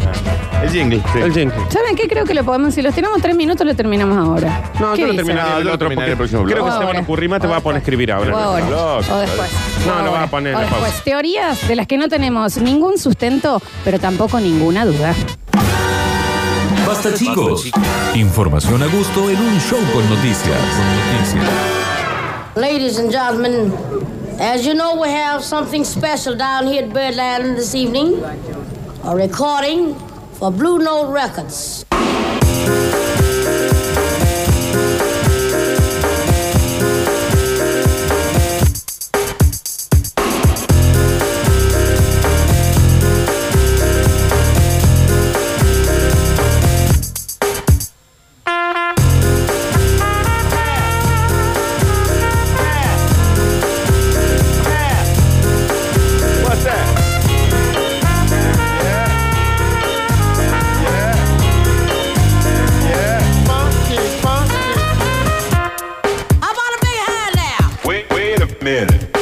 S2: El jingle. Ah, sí.
S4: El jingle.
S1: ¿Saben qué? Creo que lo podemos. Si los tenemos tres minutos, lo terminamos ahora.
S4: No,
S1: ¿Qué
S4: yo lo
S1: dicen?
S4: terminaría
S2: No,
S4: en
S2: Ah, yo
S4: el otro
S2: terminaría el
S4: porque
S2: próximo
S4: Creo
S2: bloque.
S4: que se van a ocurrir más, te va a poner a escribir ahora.
S1: O ahora.
S2: Loco.
S1: O después.
S4: No,
S1: O
S4: lo
S1: ahora.
S4: va a poner en
S1: O
S4: la pausa.
S1: después. Teorías de las que no tenemos ningún sustento, pero tampoco ninguna duda.
S3: Basta chicos. Información a gusto en un show con noticias.
S5: Ladies and gentlemen, as you know, we have something special down here at Birdland this evening a recording for Blue Note Records.
S2: What's that?
S5: How about a big hand now?
S2: Wait, wait a minute.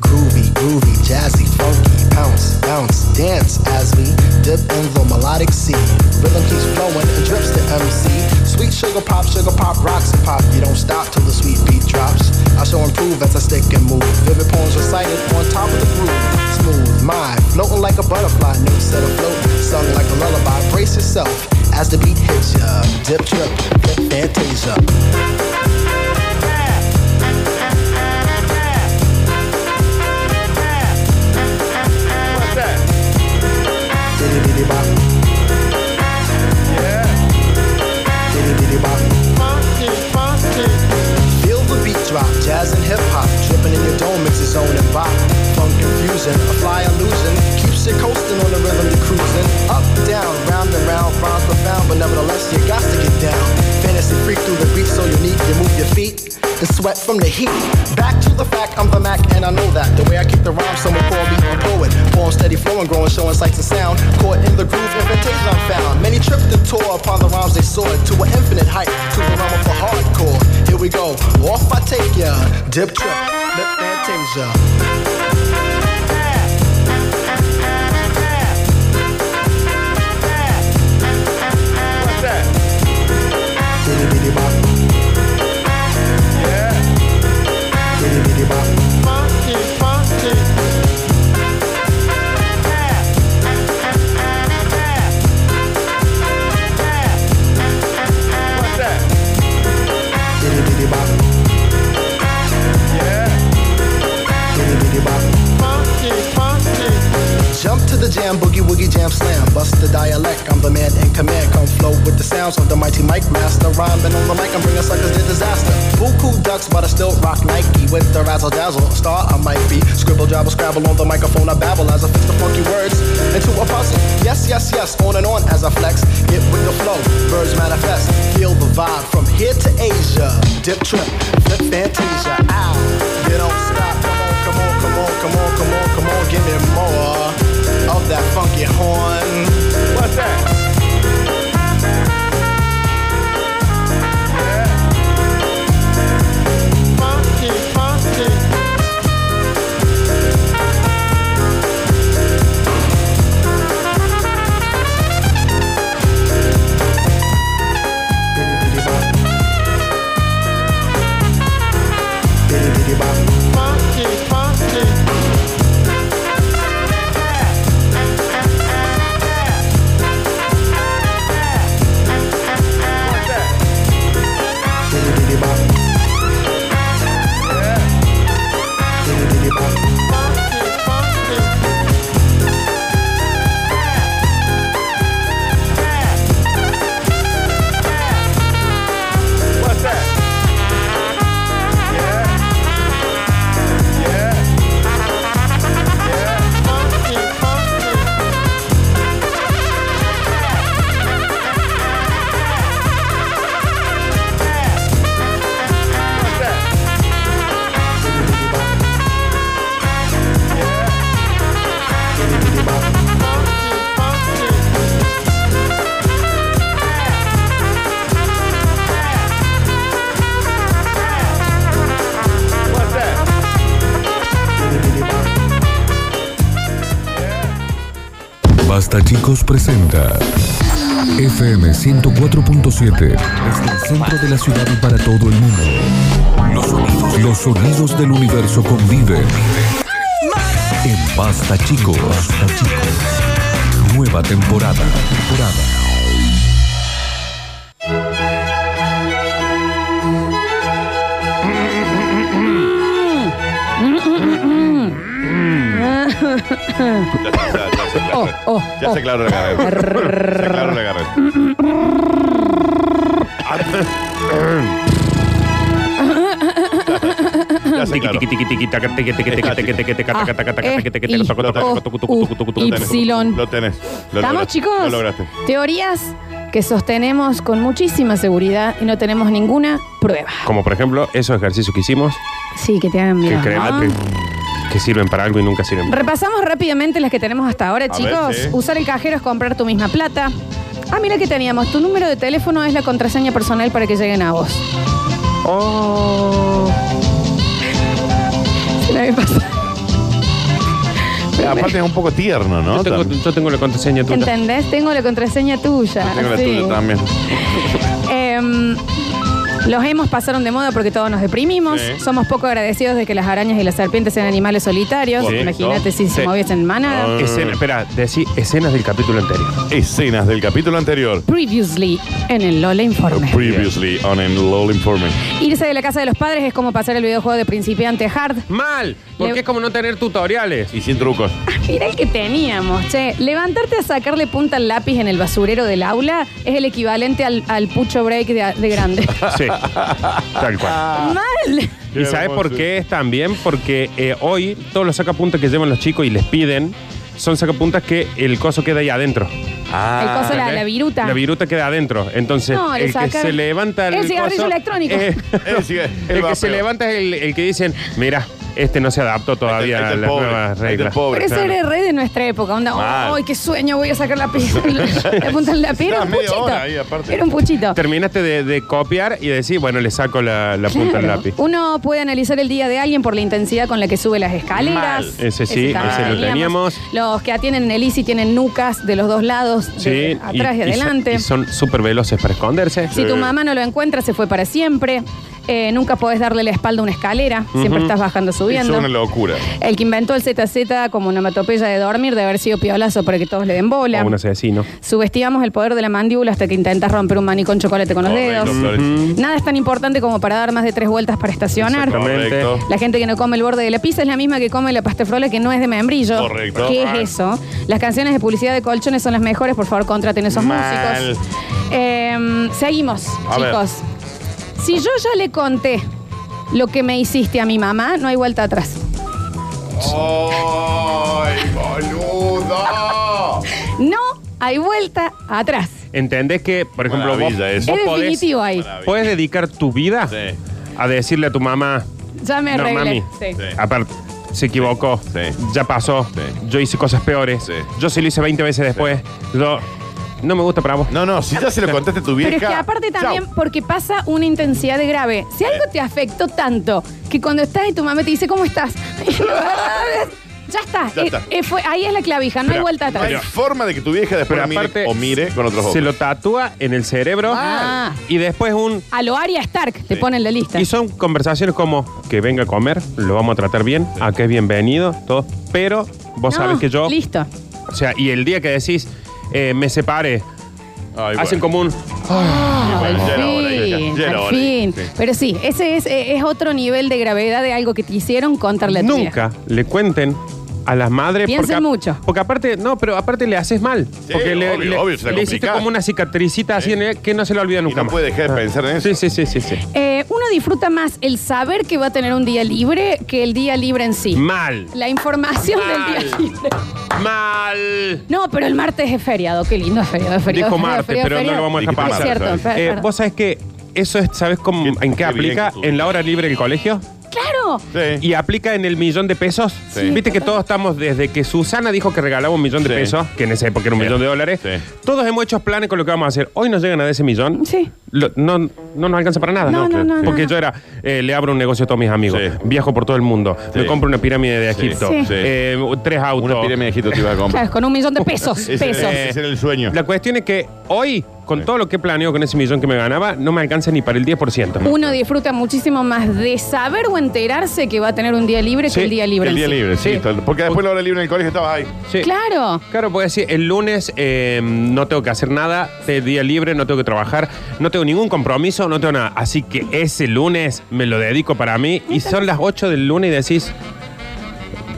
S6: Groovy, groovy, jazzy, funky, bounce, bounce, dance as we dip in the melodic sea. Rhythm keeps flowing and drips to MC. Sweet sugar pop, sugar pop, rocks and pop. You don't stop till the sweet beat drops. I shall improve groove as I stick and move. Vivid poems recited on top of the groove. Smooth mind, floating like a butterfly, new set afloat. Sung like a lullaby, brace yourself as the beat hits ya. Dip, trip, flip, fantasia.
S2: What's that?
S6: Diddy diddy bop. Diddy diddy bop. Feel the beat drop, jazz and hip hop, dripping in your dome, it's his own and bop. Funk confusion, a fly illusion, keeps you coasting on the rhythm you're cruising. Up, down, round and round, rhymes profound, but nevertheless you got to get down. Fantasy freak through the beat, so unique, you move your feet and sweat from the heat. Back to the fact, I'm the Mac, and I know that. The way I kick the rhyme, someone call me a poet. Form steady flowing, growing, showing sights and sound. Caught in the groove, invitation I found. Many tripped and tore upon the rhymes they soared to an infinite height, to the realm of the hardcore. Here we go, off I take ya. Dip trip, lip fantasia. Diddy diddy bop. Diddy diddy bop. Diddy diddy bop. Diddy diddy bop. Jump to the jam, boogie woogie jam slam. Bust the dialect, I'm the man in command. Come flow with the sounds of the mighty mic master. Rhyming on the mic, I'm bringing suckers to disaster. Buku ducks, but I still rock Nike. With the razzle dazzle, star I might be. Scribble, jabble, scrabble on the microphone, I babble as I fix the funky words into a puzzle. Yes, yes, yes, on and on as I flex. Get with the flow, birds manifest. Feel the vibe from here to Asia. Dip trip, flip fantasia. Ow, you don't stop. Come on, come on, come on, come on, come on, come on. Give me more of that funky horn. What's that?
S3: Basta Chicos presenta FM 104.7 desde el centro de la ciudad y para todo el mundo. Los sonidos, los sonidos del universo conviven en Basta Chicos. Basta, Chicos. Nueva temporada. temporada.
S2: Ya, ya, ya se aclaró.
S1: Oh, oh,
S2: ya se aclaró la garganta. Se aclaró la garganta. Ya se aclaró.
S1: Y- Ypsilon.
S2: Lo tenés. Lo
S1: ¿Estamos,
S2: lograste. Lo
S1: chicos?
S2: lograste.
S1: Teorías que sostenemos con muchísima seguridad y no tenemos ninguna prueba.
S4: Como por ejemplo esos ejercicios que hicimos,
S1: Sí, que te hagan
S4: que
S1: miedo. ¿no?
S4: creemos que sirven para algo y nunca sirven.
S1: Repasamos rápidamente las que tenemos hasta ahora,
S2: ver,
S1: chicos.
S2: sí.
S1: Usar el cajero es comprar tu misma plata. Ah, mira que teníamos. Tu número de teléfono es la contraseña personal para que lleguen a vos. [LAUGHS]
S4: Oh.
S1: Se me había pasado.
S2: Aparte es un poco tierno, ¿no?
S4: Yo tengo,
S2: También.
S4: yo tengo la contraseña tuya.
S2: Ah,
S1: ¿Entendés? Tengo la contraseña tuya.
S2: Tengo la
S1: sí.
S2: tuya también.
S1: Em, Los hemos pasaron de moda porque todos nos deprimimos.
S2: Sí.
S1: Somos poco agradecidos de que las arañas y las serpientes sean animales solitarios.
S2: Correcto.
S1: Imagínate si se
S4: Sí.
S1: moviesen en manada.
S2: Ah.
S4: Escena, espera, decí escenas del capítulo anterior.
S2: Escenas del capítulo anterior.
S1: Previously en el Lola Informe.
S2: Previously on en LOL Informer.
S1: Irse de la casa de los padres es como pasar el videojuego de principiante a hard.
S4: Mal, porque
S1: Le-
S4: es como no tener tutoriales.
S2: Y sin trucos.
S1: Mira el que teníamos, che. Levantarte a sacarle punta al lápiz en el basurero del aula es el equivalente al, al pucho break de, de grande.
S4: Sí, tal cual.
S1: Mal.
S4: ¿Y
S2: Qué
S4: sabes
S2: hermoso.
S4: por qué es también? Porque eh, hoy todos los sacapuntas que llevan los chicos y les piden son sacapuntas que el coso queda ahí adentro.
S1: El coso, la, la viruta.
S4: La viruta queda adentro. Entonces,
S1: No, le
S4: el que
S1: sacan-
S4: se levanta el
S1: El cigarrillo
S4: coso,
S1: electrónico. [LAUGHS]
S4: eh,
S2: El ciga- el
S4: el que
S2: vapeo.
S4: se levanta es el, el que dicen, mira, este no se adaptó todavía
S2: Ahí está- ahí está
S4: a
S2: el
S4: las
S2: pobre, ahí
S4: nuevas
S2: está el
S4: reglas.
S2: pobre.
S1: Pero eso
S2: Claro.
S1: era el rey de nuestra época. Onda, "Oh,
S2: Mal.
S1: ¡ay, qué sueño! Voy a sacar la [LAUGHS] pizza. Le apunta el lápiz. Era
S2: Estaba
S1: un
S2: media
S1: puchito.
S2: hora ahí, aparte.
S1: Era un puchito.
S4: Terminaste de, de copiar y decir, bueno, le saco la, la
S1: [LAUGHS]
S4: punta al
S1: Claro.
S4: lápiz.
S1: Uno puede analizar el día de alguien por la intensidad con la que sube las escaleras.
S2: Mal.
S4: Ese sí,
S1: también
S2: ese lo
S4: teníamos.
S1: Los que atienden el ICI tienen nucas de los dos lados,
S4: Sí,
S1: de atrás y,
S4: son-
S1: adelante.
S4: y son súper veloces para esconderse.
S1: Si tu mamá no lo encuentra, se fue para siempre. Eh, nunca podés darle la espalda a una escalera. Siempre estás bajando,
S2: Eso
S1: subiendo.
S2: es una locura.
S1: El que inventó el ZZ como una matopeya de dormir, de haber sido piolazo para que todos le den bola.
S4: O un asesino.
S1: Subestimamos el poder de la mandíbula hasta que intentas romper un maní con chocolate con los
S2: Correcto,
S1: dedos.
S2: Flores.
S1: Nada es tan importante como para dar más de tres vueltas para estacionar.
S4: Exactamente.
S2: Correcto.
S1: La gente que no come el borde de la pizza es la misma que come la pastefrola que no es de membrillo.
S2: Correcto.
S1: ¿Qué es eso? Las canciones de publicidad de colchones son las mejores. Por favor, contraten a esos
S2: Mal.
S1: músicos. Eh, seguimos,
S2: A ver.
S1: chicos. Si yo ya le conté lo que me hiciste a mi mamá, no hay vuelta atrás.
S2: ¡Ay, boludo!
S1: No hay vuelta atrás.
S4: ¿Entendés que, por ejemplo, vos,
S2: Maravilla eso.
S4: vos
S1: es
S4: podés,
S1: definitivo ahí.
S4: podés dedicar tu vida
S2: Sí.
S4: a decirle a tu mamá,
S1: Ya me
S4: no,
S1: arreglé.
S4: mami,
S1: Sí.
S2: Sí.
S4: aparte, se equivocó,
S2: Sí.
S4: ya pasó,
S2: Sí.
S4: yo hice cosas peores,
S2: Sí.
S4: yo se lo hice 20 veces después, yo no me gusta para vos.
S2: No, no, si ya se lo contaste a tu vieja.
S1: Pero es que aparte también porque pasa una intensidad de grave. Si
S2: Eh.
S1: algo te afectó tanto que cuando estás y tu mamá te dice cómo estás, [LAUGHS] y la verdad es, ya está.
S2: Ya
S1: Eh,
S2: está.
S1: eh, fue- ahí es la clavija, no hay
S4: Pero-
S1: vuelta
S2: No
S1: atrás.
S2: hay forma de que tu vieja después
S4: Pero
S2: mire
S4: aparte,
S2: o mire con otros ojos.
S4: se lo tatúa en el cerebro
S1: Ah.
S4: y después un...
S1: A lo Arya Stark te
S2: Sí.
S1: ponen la lista.
S4: Y son conversaciones como que venga a comer, lo vamos a tratar bien, a que es bienvenido, todo. Pero vos
S1: No,
S4: sabés que yo
S1: Listo.
S4: O sea, y el día que decís, eh, me separe,
S2: Ay, bueno.
S4: hacen como un...
S1: Ah,
S2: bueno, ya era hora, ya, ya,
S1: al fin,
S2: ya era
S1: al
S2: hora,
S1: fin.
S2: sí.
S1: Pero sí, ese es, eh, es otro nivel de gravedad de algo que te hicieron contarle a tu vieja.
S4: Nunca le cuenten a las madres...
S1: Piensen
S4: porque,
S1: mucho.
S4: Porque aparte, no, pero aparte le haces mal. porque le,
S2: obvio,
S4: le-
S2: obvio, se la
S4: le hiciste
S2: complicás.
S4: como una cicatricita así en el, que no se la olvida
S2: Y
S4: nunca
S2: no
S4: más. Ah.
S2: puede dejar de pensar en eso.
S4: Sí, sí, sí, sí, sí.
S1: Eh, uno disfruta más el saber que va a tener un día libre que el día libre en sí.
S4: Mal.
S1: La información
S4: Mal.
S1: del día libre.
S4: Mal.
S1: No, pero el martes es feriado. Qué lindo es feriado. Es feriado
S4: Dijo
S1: es feriado,
S4: Marte,
S1: feriado,
S4: pero no
S1: feriado.
S4: lo vamos a dejar
S2: Dijiste
S4: pasar.
S1: Es cierto,
S2: Marte,
S1: per-
S4: Eh,
S1: perdón.
S4: Vos sabés que eso es, ¿sabes cómo,
S2: Qué-
S4: en qué,
S2: qué bien
S4: aplica?
S2: que tú-
S4: En la hora libre del colegio.
S1: Claro.
S2: Sí.
S4: Y aplica en el millón de pesos.
S2: Sí.
S4: Viste que todos estamos, desde que Susana dijo que regalaba un millón de
S2: Sí.
S4: pesos, que en esa época era un
S2: Sí.
S4: millón de dólares,
S2: Sí.
S4: todos hemos hecho planes con lo que vamos a hacer. Hoy nos llegan a ese millón.
S1: Sí.
S4: Lo- no, no nos alcanza para nada.
S1: No, no, no,
S4: Porque
S1: no, no.
S4: yo era, eh, le abro un negocio a todos mis amigos,
S2: Sí.
S4: viajo por todo el mundo,
S2: Sí.
S4: me compro una pirámide de
S2: Sí.
S4: Egipto,
S1: Sí.
S4: eh, tres autos.
S2: Una pirámide de Egipto te iba a comprar.
S1: Claro, con un millón de pesos.
S2: Ese-
S1: pesos.
S2: eh, Ese era el sueño.
S4: La cuestión es que hoy, con
S2: Sí.
S4: todo lo que planeo con ese millón que me ganaba, no me alcanza ni para el 10%.
S1: Uno disfruta muchísimo más de saber o enterarse que va a tener un día libre
S4: Sí,
S1: que el día libre.
S2: El
S1: en
S2: día
S1: sí.
S2: libre, sí.
S4: Sí.
S2: tal- Porque después la hora libre en el colegio estabas ahí.
S4: Sí.
S1: Claro.
S4: Claro, porque decir, el lunes eh, no tengo que hacer nada, de día libre, no tengo que trabajar, no tengo ningún compromiso, no tengo nada. Así que ese lunes me lo dedico para mí y son las 8 del lunes y decís,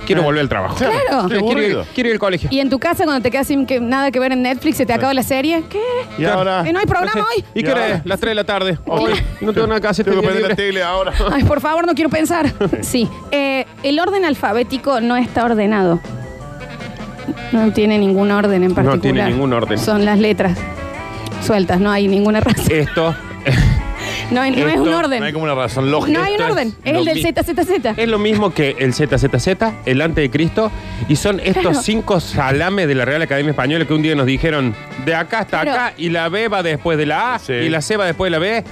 S4: quiero volver al trabajo.
S2: Ah. Claro.
S1: Claro.
S2: Qué
S4: Quiero, quiero ir,
S2: aburrido.
S4: quiero ir al colegio.
S1: Y en tu casa, cuando te quedas sin que, nada que ver en Netflix, se te acaba la serie. ¿Qué?
S2: Y
S4: Ah,
S2: ahora.
S1: ¿Eh, ¿No hay programa
S4: Entonces,
S1: hoy?
S4: ¿Y qué hora es? Las 3 de
S2: [LAUGHS]
S4: la tarde.
S2: Oh,
S4: Ok, No tengo nada que hacer.
S2: Tengo que
S4: estoy
S2: prender la
S4: libre.
S2: tele ahora.
S1: Ay, por favor, no quiero pensar. Sí. Eh, el orden alfabético no está ordenado. No tiene ningún orden en particular.
S4: tiene ningún orden.
S1: Son las letras sueltas, no hay ninguna
S4: [LAUGHS]
S1: razón.
S4: Esto
S1: No, hay- no es un
S4: Esto
S1: orden.
S2: No hay como una razón lógica.
S1: No hay un
S4: Esto
S1: orden.
S4: es
S1: Es
S4: lo
S1: el del
S4: mi- Eh.
S1: ZZZ.
S4: es lo mismo que el ZZZ, el antes de Cristo, y son estos
S1: Claro.
S4: cinco salames de la Real Academia Española que un día nos dijeron de acá hasta
S1: Claro.
S4: acá y la B va después de la A
S2: Sí.
S4: y la C va después de la B.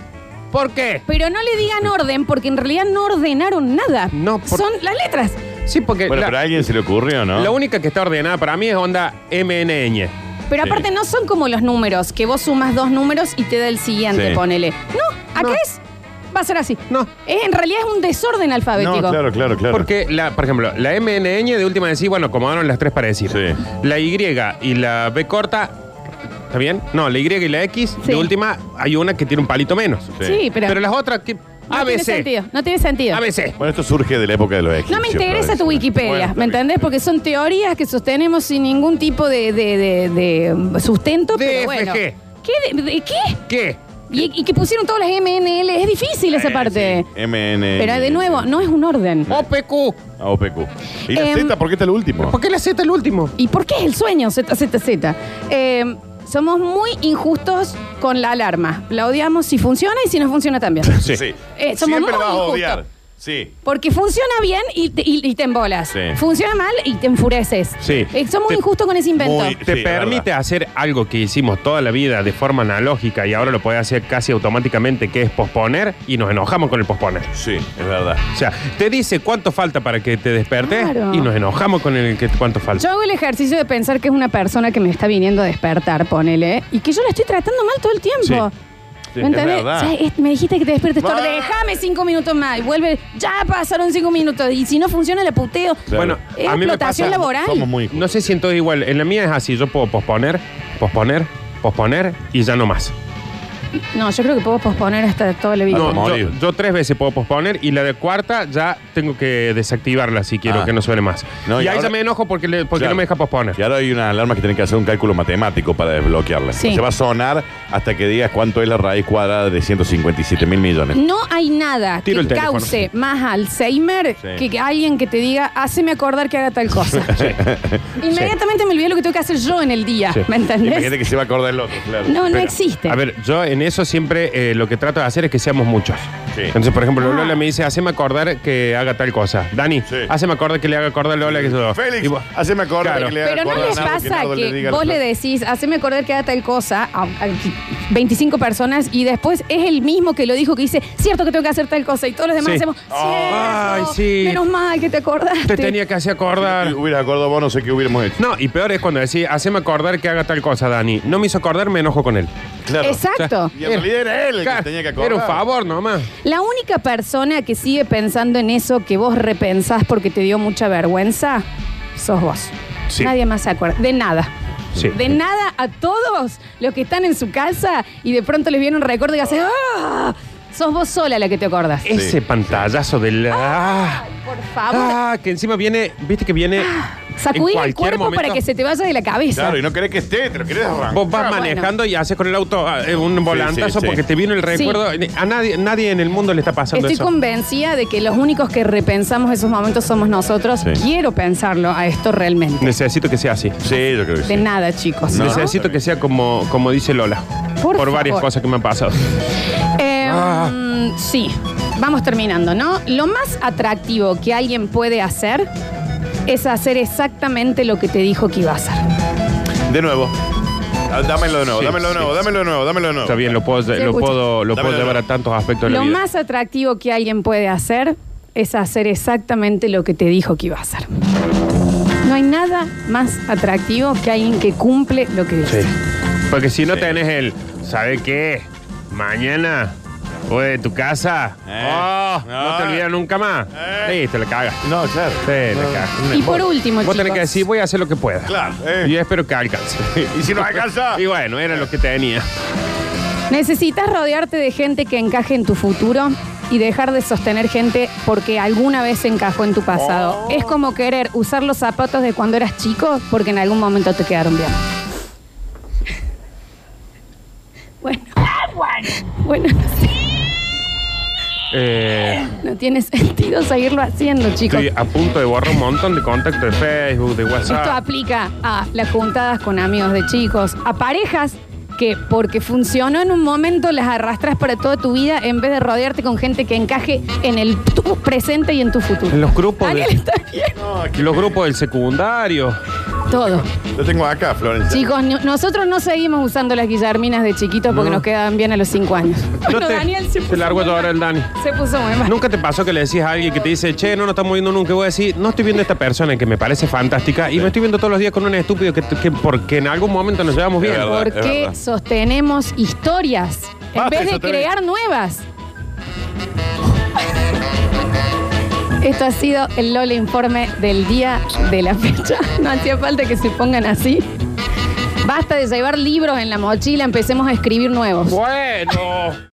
S4: ¿Por qué?
S1: Pero no le digan orden porque en realidad no ordenaron nada.
S4: No, por-
S1: Son las letras.
S4: Sí, porque
S2: Bueno,
S4: la,
S2: pero a alguien se le ocurrió, ¿no?
S4: la única que está ordenada para mí es onda MNN.
S1: Pero
S2: Sí.
S1: aparte no son como los números, que vos sumas dos números y te da el siguiente,
S2: Sí.
S1: ponele. No, acá
S4: No.
S1: es va a ser así.
S4: No.
S1: Es, en realidad es un desorden alfabético.
S2: No, claro, claro, claro.
S4: Porque, la, por ejemplo, la MNN de última decís, bueno, acomodaron las tres para decir.
S2: Sí.
S4: La Y y la B corta, ¿está bien? No, la Y y la X,
S1: Sí.
S4: de última hay una que tiene un palito menos.
S2: Sí.
S1: Sí, pero,
S4: Pero las otras, que
S1: no tiene
S4: ABC.
S1: sentido. No tiene sentido.
S4: ABC.
S2: Bueno, esto surge de la época de los egipcios.
S1: No me interesa
S2: parece.
S1: tu Wikipedia,
S2: Bueno,
S1: ¿me
S2: está
S1: entendés?
S2: bien.
S1: Porque son teorías que sostenemos sin ningún tipo de, de- de- de, um, sustento. Pero bueno.
S4: DFG.
S1: ¿Qué? de- de- qué?
S4: ¿Qué?
S1: Y, y que pusieron todas las MNL. Es difícil esa
S2: Eh,
S1: parte.
S2: sí. MN.
S1: Pero de nuevo, no es un orden.
S4: OPQ.
S2: A OPQ. ¿Y la
S1: Em,
S2: Z por qué está el último?
S4: ¿Por qué la Z el último?
S1: ¿Y por qué es el sueño, ZZZ? Eh, somos muy injustos con la alarma. La odiamos si funciona y si no funciona
S2: [LAUGHS]
S1: también.
S2: Sí.
S1: Eh, somos
S2: Siempre
S1: muy
S2: vas a
S1: injustos.
S2: odiar. Sí.
S1: Porque funciona bien y te, y- y te embolas.
S2: Sí.
S1: Funciona mal y te enfureces.
S4: Sí.
S1: Eh, somos
S4: Te-
S1: injustos con ese invento.
S2: Muy-
S4: Te
S2: Sí,
S4: permite
S2: verdad.
S4: hacer algo que hicimos toda la vida de forma analógica y ahora lo puedes hacer casi automáticamente, que es posponer, y nos enojamos con el posponer.
S2: Sí, es verdad.
S4: O sea, te dice cuánto falta para que te despertes
S1: Claro.
S4: y nos enojamos con el que cuánto falta.
S1: Yo hago el ejercicio de pensar que es una persona que me está viniendo a despertar, ponele, y que yo la estoy tratando mal todo el tiempo.
S2: Sí,
S1: ¿Me
S2: es
S1: entendés?
S2: verdad.
S1: O sea, es- me dijiste que te despiertes
S2: Va.
S1: tarde. Déjame cinco minutos más. Y vuelve. Ya pasaron cinco minutos. Y si no funciona, la puteo.
S2: Claro.
S4: Bueno,
S1: Es
S4: a mí me
S1: explotación
S4: pasa-
S1: laboral.
S2: Somos muy injustos.
S4: No sé si en todo es igual. En la mía es así. Yo puedo posponer, posponer, posponer y ya no más.
S1: No, yo creo que puedo posponer hasta toda la vida.
S2: No,
S4: No, yo,
S2: morir.
S4: yo tres veces puedo posponer y la de cuarta ya tengo que desactivarla si quiero
S2: Ah.
S4: que no suene más.
S2: No,
S4: y,
S2: y
S4: ahí
S2: ahora-
S4: ya me enojo porque, le- porque
S2: Claro.
S4: no me deja posponer.
S2: Y ahora hay unas alarmas que tienen que hacer un cálculo matemático para desbloquearla.
S1: Sí.
S2: Se va a sonar hasta que digas cuánto es la raíz cuadrada de 157 mil millones.
S1: No hay nada
S4: Tiro el
S1: que
S4: teléfono.
S1: cause más Alzheimer
S2: Sí.
S1: que, que alguien que te diga, haceme acordar que haga tal cosa. Inmediatamente me olvidé lo que tengo que hacer yo en el día.
S4: Sí.
S1: [LAUGHS] ¿Me
S2: Imagínate
S1: entendés?
S2: que se va a acordar el otro, claro.
S1: No, no
S4: Pero,
S1: existe.
S4: A ver, yo en eso siempre eh, lo que trato de hacer es que seamos muchos.
S2: Sí.
S4: Entonces, por ejemplo,
S1: Ah.
S4: Lola me dice, haceme acordar que haga tal cosa. Dani,
S2: Sí.
S4: haceme acordar que le haga acordar a Lola que yo.
S2: Félix,
S4: Y vos- "Ah,
S2: haceme acordar
S4: Claro.
S2: que le haga
S1: Pero no
S2: acordar
S1: les
S2: a Nardo,
S1: pasa
S2: Nardo
S1: que,
S2: diga
S1: vos
S2: la-
S1: le decís, haceme acordar que haga tal cosa a, a 25 personas y después es el mismo que lo dijo que dice, cierto que tengo que hacer tal cosa y todos los demás
S4: Sí.
S1: hacemos, cierto,
S4: Ay, sí.
S1: menos mal que te acordaste.
S4: Te tenía que hacer acordar.
S2: Si hubieras acordado vos, no sé qué hubiéramos hecho.
S4: No, y peor es cuando decís, haceme acordar que haga tal cosa, Dani. No me hizo acordar, me enojo con él.
S2: Claro.
S1: Exacto.
S2: Y en realidad era él el que
S4: Claro,
S2: tenía que acordar.
S4: Era un favor nomás.
S1: La única persona que sigue pensando en eso que vos repensás porque te dio mucha vergüenza, sos vos.
S4: Sí.
S1: Nadie más se acuerda. De nada.
S4: Sí.
S1: De nada a todos los que están en su casa y de pronto les viene un recuerdo y haces, ¡ah! Sos vos sola la que te acordás.
S4: Ese pantallazo del... Ah,
S1: Por favor.
S4: ah, que encima viene, viste que viene...
S1: Ah, Sacudí
S4: en
S1: el
S4: cualquier
S1: cuerpo
S4: momento.
S1: para que se te vaya de la cabeza.
S2: Claro, y no querés que esté, te lo querés arrancar.
S4: Vos vas
S1: Bueno.
S4: manejando y haces con el auto ah, eh, un volantazo
S2: sí.
S4: porque te vino el recuerdo. A nadie, nadie en el mundo le está pasando
S1: Estoy
S4: eso.
S1: convencida de que los únicos que repensamos esos momentos somos nosotros.
S2: Sí.
S1: Quiero pensarlo a esto realmente.
S4: Necesito que sea así.
S2: Sí, yo creo que
S1: De
S2: sí.
S1: nada, chicos.
S2: No.
S4: Necesito que sea como, como dice Lola.
S1: Por
S4: Por, varias
S1: favor.
S4: cosas que me han pasado.
S1: Eh,
S4: Ah.
S1: mm, Sí, vamos terminando, ¿no? Lo más atractivo que alguien puede hacer es hacer exactamente lo que te dijo que iba a hacer.
S2: De nuevo. Ah, Dámelo de nuevo,
S4: Sí,
S2: dámelo de
S4: sí,
S2: nuevo,
S4: sí.
S2: dámelo de nuevo, dámelo de nuevo.
S4: Está bien, lo puedo, lo
S1: escucha.
S4: puedo, lo
S2: Dame
S4: puedo
S2: la
S4: llevar a
S2: mano.
S4: tantos aspectos de la
S1: Lo
S4: vida.
S1: más atractivo que alguien puede hacer es hacer exactamente lo que te dijo que iba a hacer. No hay nada más atractivo que alguien que cumple lo que dice.
S4: Sí. Porque si no
S2: Sí.
S4: tenés el, ¿sabe qué? Mañana, o de tu casa,
S2: Eh.
S4: oh, no
S2: Ah.
S4: te olvidas nunca más.
S2: Eh.
S4: Sí, te la cagas.
S2: No, claro.
S4: Sí, te la cagas.
S1: Y por último,
S4: Vos tenés
S1: chicos,
S4: que decir, voy a hacer lo que pueda.
S2: Ah. Claro, eh.
S4: Y espero que alcance.
S2: [LAUGHS] Y si no alcanza.
S4: Y bueno, era lo que tenía.
S1: necesitas rodearte de gente que encaje en tu futuro y dejar de sostener gente porque alguna vez encajó en tu
S4: Oh.
S1: pasado. Es como querer usar los zapatos de cuando eras chico porque en algún momento te quedaron bien. [LAUGHS] Bueno.
S4: Ah,
S1: Bueno, no, sé,
S4: Eh,
S1: no tiene sentido seguirlo haciendo, chicos.
S4: estoy a punto de borrar un montón de contactos de Facebook, de
S1: Esto
S4: WhatsApp.
S1: aplica a las juntadas con amigos de chicos, a parejas que porque funcionó en un momento las arrastras para toda tu vida en vez de rodearte con gente que encaje en el tu presente y en tu futuro.
S4: En los grupos de-
S1: Daniel está bien.
S2: No, aquí
S4: Los grupos del secundario.
S1: Todo.
S2: Lo tengo acá, Florencia.
S1: Chicos, no- nosotros no seguimos usando las guillarminas de chiquitos porque
S4: No.
S1: nos quedaban bien a los cinco años. Bueno,
S4: te-
S1: Daniel se
S4: te
S1: puso
S4: largo
S1: muy
S4: yo ahora
S1: mal.
S4: el Dani.
S1: Se puso muy mal.
S4: ¿Nunca te pasó que le decís a alguien que te dice, che, no nos estamos viendo nunca? Y vos decís, no estoy viendo a esta persona que me parece fantástica y me estoy viendo todos los días con un estúpido que, que- porque en algún momento nos llevamos bien.
S2: Es verdad. Ah,
S1: ¿Por qué
S2: verdad.
S1: sostenemos historias en
S2: Basta
S1: vez
S2: de
S1: de
S2: sostener-
S1: crear nuevas? Esto ha sido el Lola Informe del día de la fecha. [LAUGHS] No hacía falta que se pongan así. Basta de llevar libros en la mochila, empecemos a escribir nuevos.
S4: Bueno.